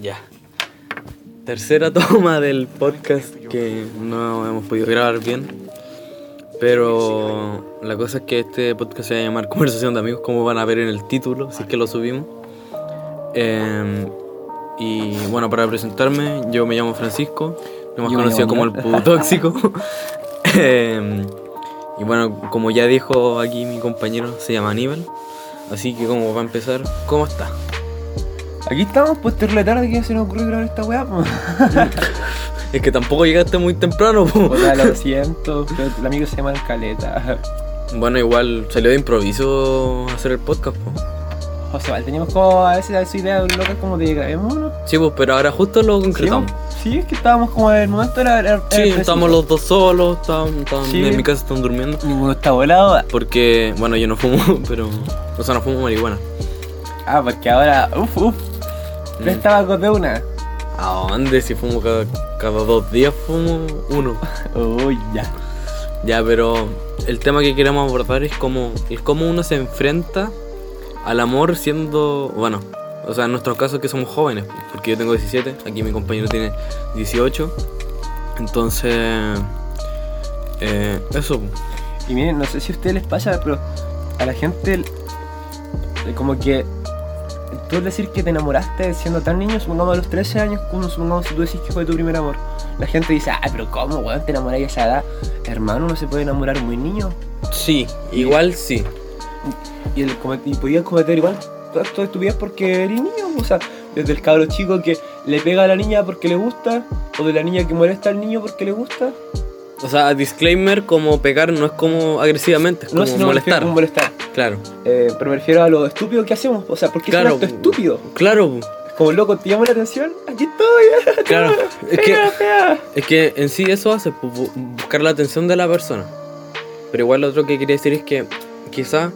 Ya. Tercera toma del podcast que no hemos podido grabar bien. Pero la cosa es que este podcast se va a llamar Conversación de Amigos, como van a ver en el título, si es que lo subimos. Eh, y bueno, para presentarme, yo me llamo Francisco, lo más Yo me conocido como llamo el Putóxico. Eh, y bueno, como ya dijo aquí mi compañero, se llama Aníbal. Así que como va a empezar, ¿cómo está? Aquí estamos, pues terrible tarde que se nos ocurrió grabar esta weá. po. Es que tampoco llegaste muy temprano. po. Hola, lo siento, pero el amigo se llama Caleta. Bueno, igual salió de improviso hacer el podcast. po. O sea, teníamos como a veces esa idea loca como de grabemos, ¿no? Sí, pues, pero ahora justo lo Sí, concretamos. sí, es que estábamos como en el momento era. era- era Sí, preciso. estamos los dos solos, estaban- estaban- Sí. en mi casa están durmiendo. Ninguno está volado. Porque, bueno, yo no fumo, pero. O sea, no fumo marihuana. Ah, porque ahora. Uf, uf. Tres Mm. tabacos de una. ¿A dónde? Si fumo cada, cada dos días, fumo uno. Oh, ya. Ya, pero el tema que queremos abordar es cómo, es cómo uno se enfrenta al amor siendo, bueno, o sea, en nuestro caso que somos jóvenes, porque yo tengo 17, aquí mi compañero tiene 18, entonces, eh, eso, Y miren, no sé si a ustedes les pasa, pero a la gente. el- eh, Como que. Tú decir que te enamoraste siendo tan niño, supongamos a los 13 años, como supongamos si tú decís que fue tu primer amor. La gente dice, ah, pero ¿cómo, weón? Te enamoráis a esa edad. Hermano, no se puede enamorar muy niño. sí, igual sí, y, el, come- y podías cometer igual actos de estupidez porque eres niño, o sea, desde el cabro chico que le pega a la niña porque le gusta, o de la niña que molesta al niño porque le gusta, o sea, disclaimer, como pegar no es como agresivamente, es como no sino me refiero molestar, como molestar. claro, Eh, pero me refiero a lo estúpido que hacemos, o sea, porque Claro. es un acto estúpido. claro, Es como loco, te llama la atención, aquí estoy, claro, es que... pega, pega. Es que en sí eso hace, pu- bu- buscar la atención de la persona. Pero igual lo otro que quería decir es que quizá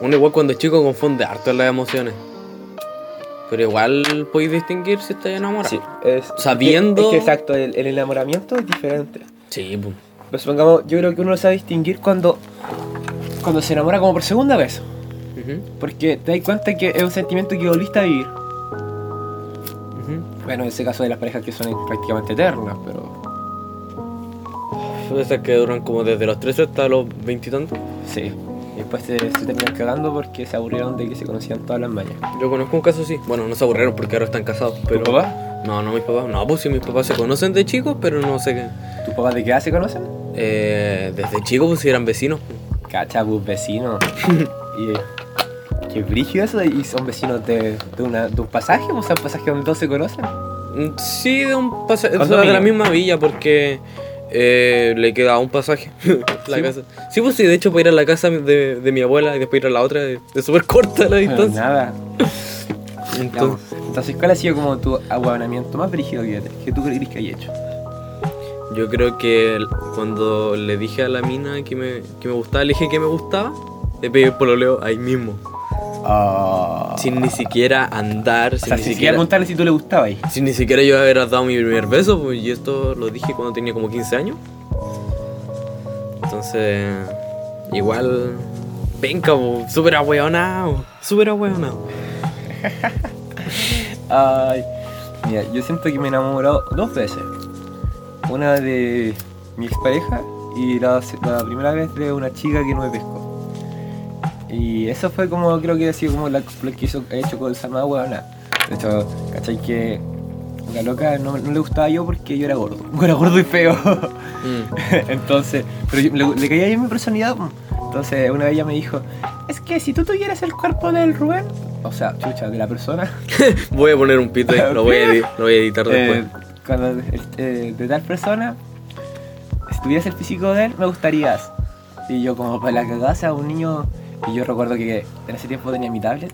uno igual cuando es chico confunde harto las emociones. Pero igual podéis distinguir si estás enamorado. Sí, es- Sabiendo- Es que, exacto, el, el enamoramiento es diferente. Sí, pu. Pero supongamos, yo creo que uno lo sabe distinguir cuando, cuando se enamora como por segunda vez. Ujú, Porque te das cuenta que es un sentimiento que volviste a vivir. ujú. Bueno, en ese caso de las parejas que son prácticamente eternas, pero. Son esas que duran como desde los 13 hasta los 20 y tantos. Sí. Y después se, se terminan cagando porque se aburrieron de que se conocían todas las mañas. Yo conozco un caso así. Bueno, no se aburrieron porque ahora están casados. Pero... ¿Tu papá? No, no mis papás. No, pues sí, mis papás se conocen de chicos, pero no sé qué. ¿Tu papá de qué edad se conocen? Eh, desde chicos pues si eran vecinos. pu. Cacha, pues vecinos. y. Qué brígido eso, y son vecinos de, de una, de un pasaje, o sea, un pasaje donde todos se conocen. Mm, Sí, de un pasaje. O sea, de Condominio. la misma villa, porque eh, le queda un pasaje. la Sí, casa. Sí, pues sí, de hecho, para ir a la casa de, de mi abuela y después ir a la otra, es es súper corta la Pero distancia. nada. Entonces, Entonces, Entonces, ¿cuál ha sido como tu aguabanamiento más brígido que, que tú crees que hay hecho? yo creo que el- cuando le dije a la mina que me, que me gustaba, le dije que me gustaba, le pedí el pololeo ahí mismo. Ah. Sin ni siquiera andar, o sea, sin si ni siquiera siquiera. preguntarle si tú le gustabas ahí. Sin ni siquiera yo haber dado mi primer beso, pues, y esto lo dije cuando tenía como 15 años. Entonces, igual, venga, po, súper ahueonao, súper ahueonao. Ay, mira, yo siento que me he enamorado dos veces. Una de mi expareja y la, se- la primera vez de una chica que no me pescó. Y eso fue como, creo que ha sido como la, lo que hizo, he hecho con esa más huevona. De hecho, ¿cachai? Que la loca no, no le gustaba yo porque yo era gordo. Era gordo y feo. Mm. Entonces, pero yo- le, le caía bien mi personalidad. po. Entonces, una vez ella me dijo, es que si tú tuvieras el cuerpo del Rubén, o sea, chucha, de la persona, Voy a poner un pito ahí, lo voy a, edi- lo voy a editar después. Eh, cuando eh, de tal persona, si tuvieras el físico de él, me gustarías. Y yo como para la cagada, a un niño, y yo recuerdo que en ese tiempo tenía mi tablet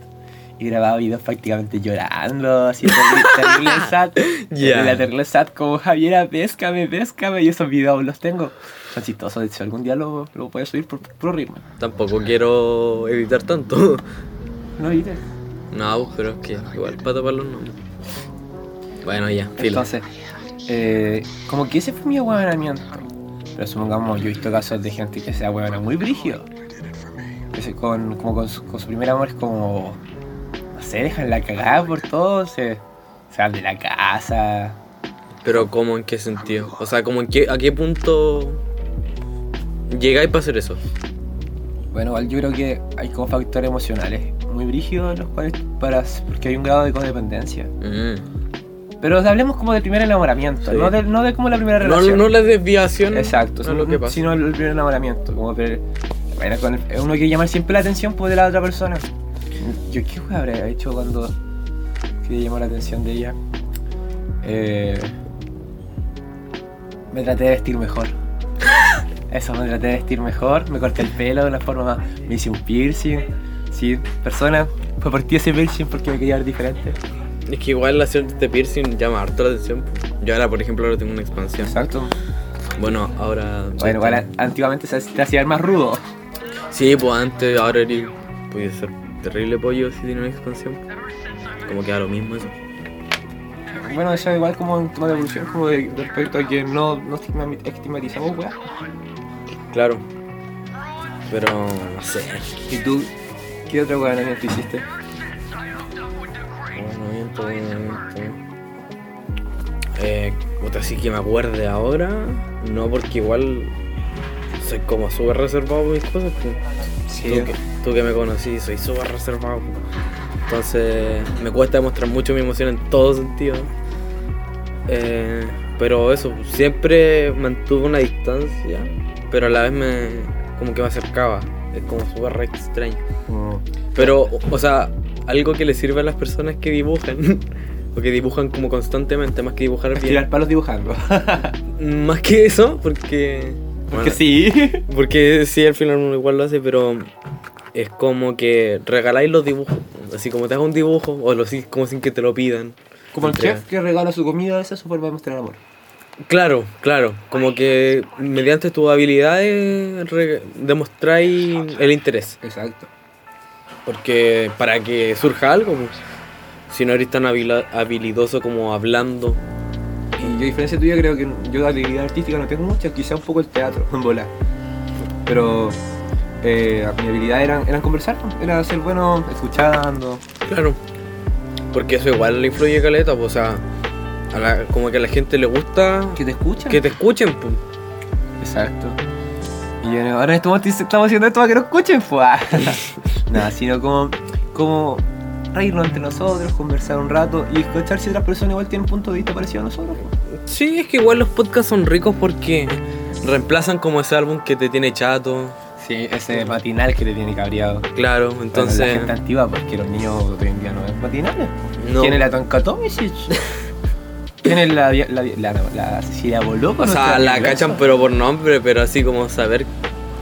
y grababa videos prácticamente llorando, así terrible, terrible sad, Ya. la terrible sad como Javiera, péscame, péscame, y esos videos los tengo. Son chistosos, de hecho, algún día lo, lo puedes subir por puro ritmo. Tampoco quiero editar tanto. No, viste. No, pues, pero es que igual para tapar los nombres. Bueno, ya, filo. Entonces, eh, como que ese fue mi ahuevanamiento. Pero supongamos, yo he visto casos de gente que se ahuevana muy brígido. Ese Con, como con su, con su primer amor es como. No sé, dejan la cagada por todo, se, sea, de la casa. Pero ¿cómo? ¿En qué sentido? O sea, como en qué, ¿a qué punto llegáis para hacer eso? Bueno, igual yo creo que hay como factores emocionales muy brígidos en los cuales para, porque hay un grado de codependencia. Mm. Pero hablemos como del primer enamoramiento, Sí. no, de, no de como la primera No, relación. no la desviación. Exacto, no es lo que pasa. sino el primer enamoramiento. Como que, bueno, con el- uno quiere llamar siempre la atención pues, de la otra persona. Yo qué wea habría hecho cuando quería llamar la atención de ella. Eh, me traté de vestir mejor. Eso, me traté de vestir mejor, me corté el pelo de una forma más. Me hice un piercing. Sí, persona, fue por ti ese piercing porque me quería ver diferente. Es que igual la cierta de piercing llama harto la atención. po. Yo ahora, por ejemplo, ahora tengo una expansión. Exacto. Bueno, ahora. Bueno, igual antiguamente se te hacía ver más rudo. Sí, pues antes, ahora eres. Podía ser terrible pollo si tiene una expansión. Como que da lo mismo eso. Bueno, eso es igual como un tema de evolución, como de, de respecto a que no, no estigma- estigmatizamos, weá. Claro. Pero no sé. ¿Y tú qué otro cuestionamiento hiciste? Movimiento, movimiento. Eh, puta, así que me acuerde ahora. No, porque igual soy como súper reservado con mis cosas. pues. Sí. Tú que, tú que me conocí, soy súper reservado. Entonces, me cuesta demostrar mucho mi emoción en todo sentido. Eh, pero eso, siempre mantuve una distancia, pero a la vez me como que me acercaba. Es como súper re extraño. Pero, o- o sea, algo que le sirve a las personas que dibujan, o que dibujan como constantemente, más que dibujar bien. Tirar palos dibujando. Más que eso, porque. Porque bueno, sí. porque sí, al final uno igual lo hace, pero es como que regaláis los dibujos. Así como te hago un dibujo, o lo sí, como sin que te lo pidan. Como el Entrega. chef que regala su comida, esa es su forma de mostrar amor. Claro, claro. Como que mediante tus habilidades re- demostráis el interés. Exacto. Porque para que surja algo, pues, si no eres tan habila- habilidoso como hablando. Y yo, a diferencia tuya, creo que yo de habilidad artística no tengo mucha, quizá un poco el teatro, en volar. Pero eh, mi habilidad era, era conversar, era ser bueno escuchando. Claro. Porque eso igual le influye caleta, pues, o sea, a la- como que a la gente le gusta Que te escuchan. que te escuchen, pues. Exacto. Y bueno, ahora en este momento estamos haciendo esto para que no escuchen, fuá. Nada, sino como, como reírnos entre nosotros, conversar un rato y escuchar si otras personas igual tienen punto de vista parecido a nosotros. pues. po. Sí, es que igual los podcasts son ricos porque reemplazan como ese álbum que te tiene chato, Sí, ese matinal que te tiene cabreado. claro, Entonces, la entonces gente antigua, porque los niños de hoy en día no ven matinales. no. Tiene la Tonka Tomisic. Tiene la, la, la, la, la Cecilia Boloco. o sea, la cachan pero por nombre, pero así como saber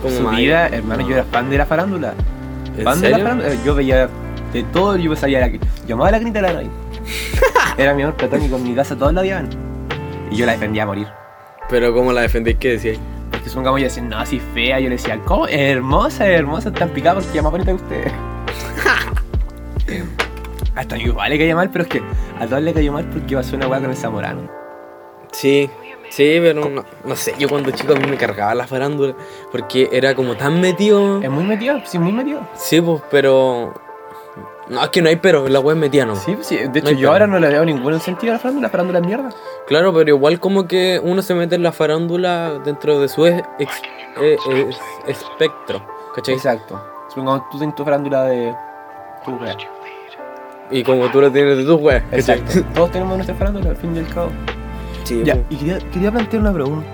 cómo Su más- vida, hermano, yo era fan de la farándula. ¿En Banda de la serio? farándula, eh, yo veía de todo, yo sabía la que. Llamaba a la Grita de la Noche. Era mi amor platónico en mi casa, todos la odiaban. Y yo la defendía a morir. Pero cómo la defendéis que decíais. Porque supongamos yo decía, no, así fea. Yo le decía, ¿cómo? Es hermosa, es hermosa, tan picada porque llama bonita que usted. Hasta a mi papá le caía mal, pero es que a todos le cayó mal porque pasó una weá con el Zamorano. Sí, sí, pero no, no sé, yo cuando chico a mí me cargaba la farándula porque era como tan metido. Es muy metido, sí, muy metido. Sí, pues, pero no, es que no hay pero, la web metía no. Sí, sí, de hecho hay yo problema. ahora no le veo ningún sentido a la farándula, la farándula es mierda. Claro, pero igual como que uno se mete en la farándula dentro de su ex- ex- eh, es- espectro, ¿cachai? Exacto. Supongamos tú tienes tu farándula de. tu wea. Y como tú la tienes de tus weas, ¿cachai? Exacto. Todos tenemos nuestra farándula al fin y al cabo. Sí, Ya, po. y quería, quería plantear una pregunta.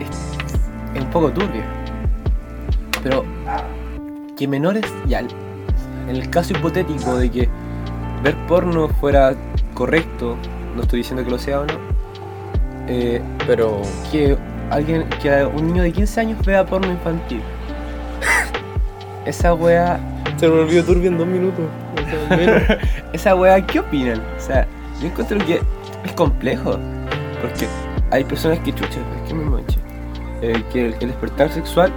Es, es un poco turbio. Pero que menores, ya, en el caso hipotético de que ver porno fuera correcto, no estoy diciendo que lo sea o no, eh, pero que alguien, que un niño de 15 años vea porno infantil. Esa wea se me olvidó turbio en dos minutos. o sea, menos. esa weá, ¿qué opinan? O sea, yo encuentro que es complejo. Porque hay personas que chucha, es que me manche. eh, que el, que el despertar sexual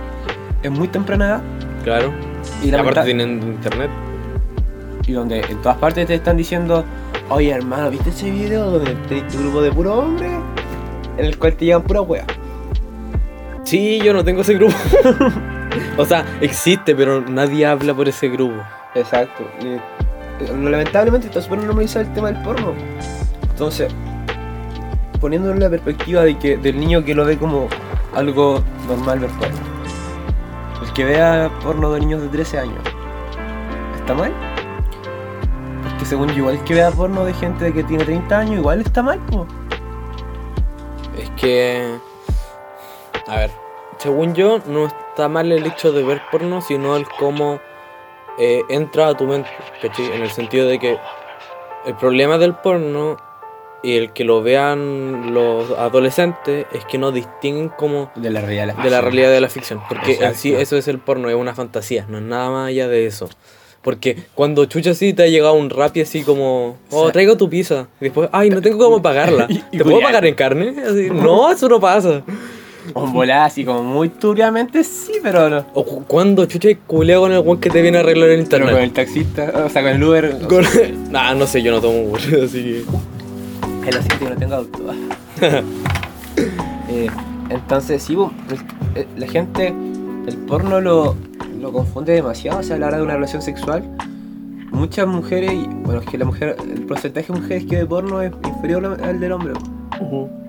es muy temprana edad. claro. Y, la Aparte tienen internet. y donde en todas partes te están diciendo, oye hermano, ¿viste ese video donde tenés tu grupo de puro hombre? En el cual te llevan pura weá. Sí, yo no tengo ese grupo. o sea, existe, pero nadie habla por ese grupo. Exacto. Y eh, lamentablemente está súper normalizado el tema del porno. Entonces, poniéndolo en la perspectiva de que, del niño que lo ve como algo normal ver porno. El que vea porno de niños de 13 años, ¿está mal? Porque según yo, igual que vea porno de gente que tiene 30 años, igual está mal, po. Es que. A ver. Según yo, no está mal el hecho de ver porno, sino el cómo eh, entra a tu mente, ¿cachai? En el sentido de que el problema del porno y el que lo vean los adolescentes es que no distinguen como De la realidad. de la realidad de la ficción. Porque en sí Ah, Exacto. eso es el porno, es una fantasía, no es nada más allá de eso. Porque cuando chucha así te ha llegado un rap y así como, oh, Sí. traigo tu pizza. Y después, ay, no tengo cómo pagarla. Y- y ¿Te puedo culiar. pagar en carne? Así, no, eso no pasa. Un volá así como muy turbiamente, sí, pero no. O cu- cuando chucha y culeo con el guan que te viene a arreglar el Pero con internet. el taxista, o sea, con el Uber. Con- nah, no sé, yo no tomo Uber, así El asiento no tengo auto. Eh, entonces, sí, bu, el- eh, la gente, el porno lo, lo confunde demasiado. O sea, a la hora de una relación sexual, muchas mujeres, y- bueno, es que la mujer, el porcentaje de mujeres que ve porno es inferior al al del hombre. bu. que.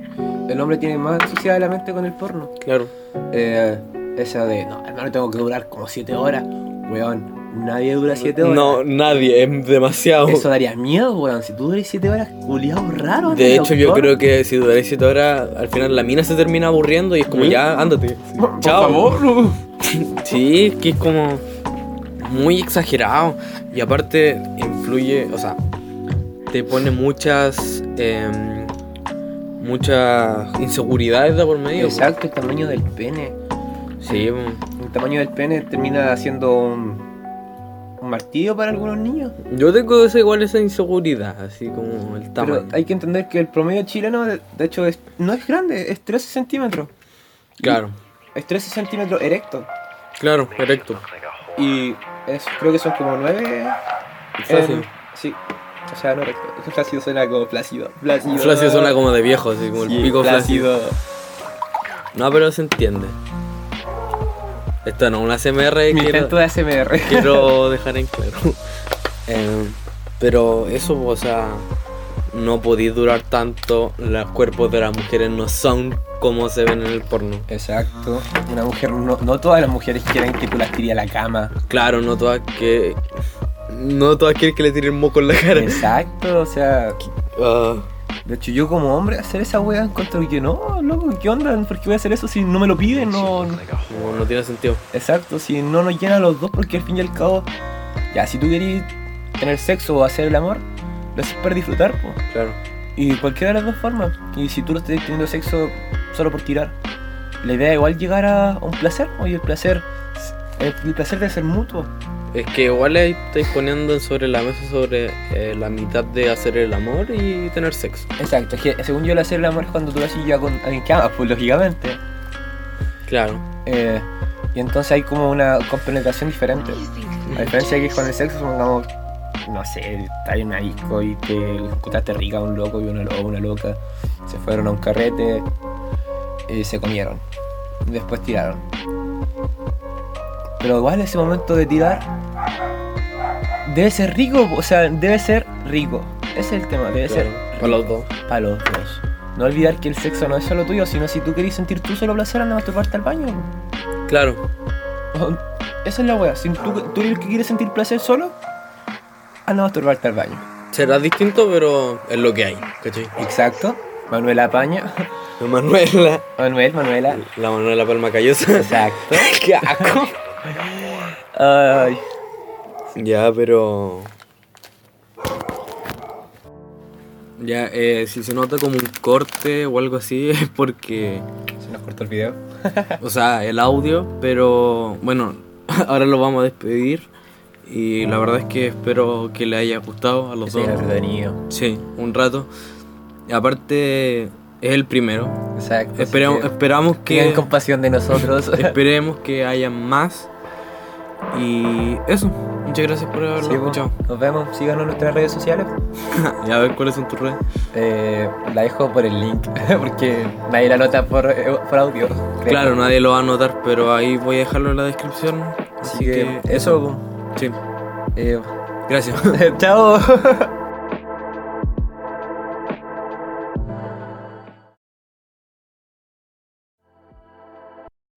El hombre tiene más suciedad de la mente con el porno. Claro. Eh, esa de, no, hermano, tengo que durar como 7 horas. Weón, nadie dura 7 horas. No, nadie, es demasiado. Eso daría miedo, weón. Si tú duras 7 horas, culiado raro. De hecho, yo creo que si duráis 7 horas, al final la mina se termina aburriendo y es como ¿Mm? ya, ándate. Por Chao. favor. Sí, que es como muy exagerado. Y aparte, influye, o sea, te pone muchas. em, muchas inseguridades de por medio. pues. Exacto, el tamaño del pene. Sí, pues. El tamaño del pene termina siendo un, un martillo para algunos niños. yo tengo esa, igual esa inseguridad, así como el tamaño. Pero hay que entender que el promedio chileno, de, de hecho, es- no es grande, es 13 centímetros. Claro, Es 13 centímetros erecto. claro, correcto. Y es- creo que son como 9. Em, Flácido. sí. O sea, no erecto. Flácido suena como plácido. Plácido. Flácido suena como de viejo, así como Sí, el pico flácido. plácido. No, pero se entiende. Esta no, una CMR Mi quiero, intento de ASMR. quiero dejar en claro. Eh, pero eso, o sea, no podéis durar tanto. Los cuerpos de las mujeres no son como se ven en el porno. Exacto. Una mujer, no, no todas las mujeres quieren que tú las tires a la cama. Claro, no todas que. No todas quieren que le tiren moco en la cara. Exacto, o sea. Ah, De hecho, yo como hombre hacer esa wea encuentro que no, loco, ¿qué onda? ¿Por qué voy a hacer eso si no me lo piden? No, no- no, no tiene sentido. Exacto, si no nos llenan los dos, porque al fin y al cabo, ya, si tú querís tener sexo o hacer el amor, lo haces para disfrutar, po. Claro. Y cualquiera de las dos formas. Y si tú lo estás teniendo sexo solo por tirar, la idea es igual llegar a a un placer, po, y el placer, el, el placer debe ser mutuo. Es que igual ahí estáis poniendo sobre la mesa sobre eh, la mitad de hacer el amor y tener sexo. Exacto, es que según yo, el hacer el amor es cuando tú lo haces ya con alguien que amas, pues lógicamente. Claro. Eh, y entonces hay como una compenetración diferente. A diferencia que con el sexo, supongamos, no sé, estás en una disco y te encontraste rica a un loco y una, lo- una loca, se fueron a un carrete y se comieron. Y después tiraron. Pero igual ese momento de tirar debe ser rico, o sea, debe ser rico. Ese es el tema, debe ser claro. rico Para los dos. para los dos. No olvidar que el sexo no es solo tuyo, sino si tú querés sentir tú solo placer, anda a masturbarte al baño. Claro. Weón, Esa es la wea. Si tú, tú eres el que quieres sentir placer solo, anda a masturbarte al baño. Será distinto, pero es lo que hay, ¿cachai? Exacto. Manuela Paña. La Manuela. Manuel, Manuela. La Manuela Palma Callosa. Exacto. ¡Qué asco! Ay. ya, pero. Ya, eh, si se nota como un corte o algo así, es porque. Se nos cortó el video. O sea, el audio, pero bueno, ahora lo vamos a despedir. Y la verdad es que espero que le haya gustado a los Sí, dos. era entretenido. Sí, un rato. Y aparte, es el primero. Exacto. Esperamos, así que esperamos que. Tengan compasión de nosotros. Esperemos que haya más. Y eso. Muchas gracias por haberlo Sí, pues, escuchado. nos vemos. Síganos en nuestras redes sociales. y a ver cuáles son tus redes. Eh, la dejo por el link. Porque nadie la nota por, eh, por audio. creo. Claro, nadie lo va a notar, pero ahí voy a dejarlo en la descripción. Así que eso. Sí. Eh, Gracias. Chao.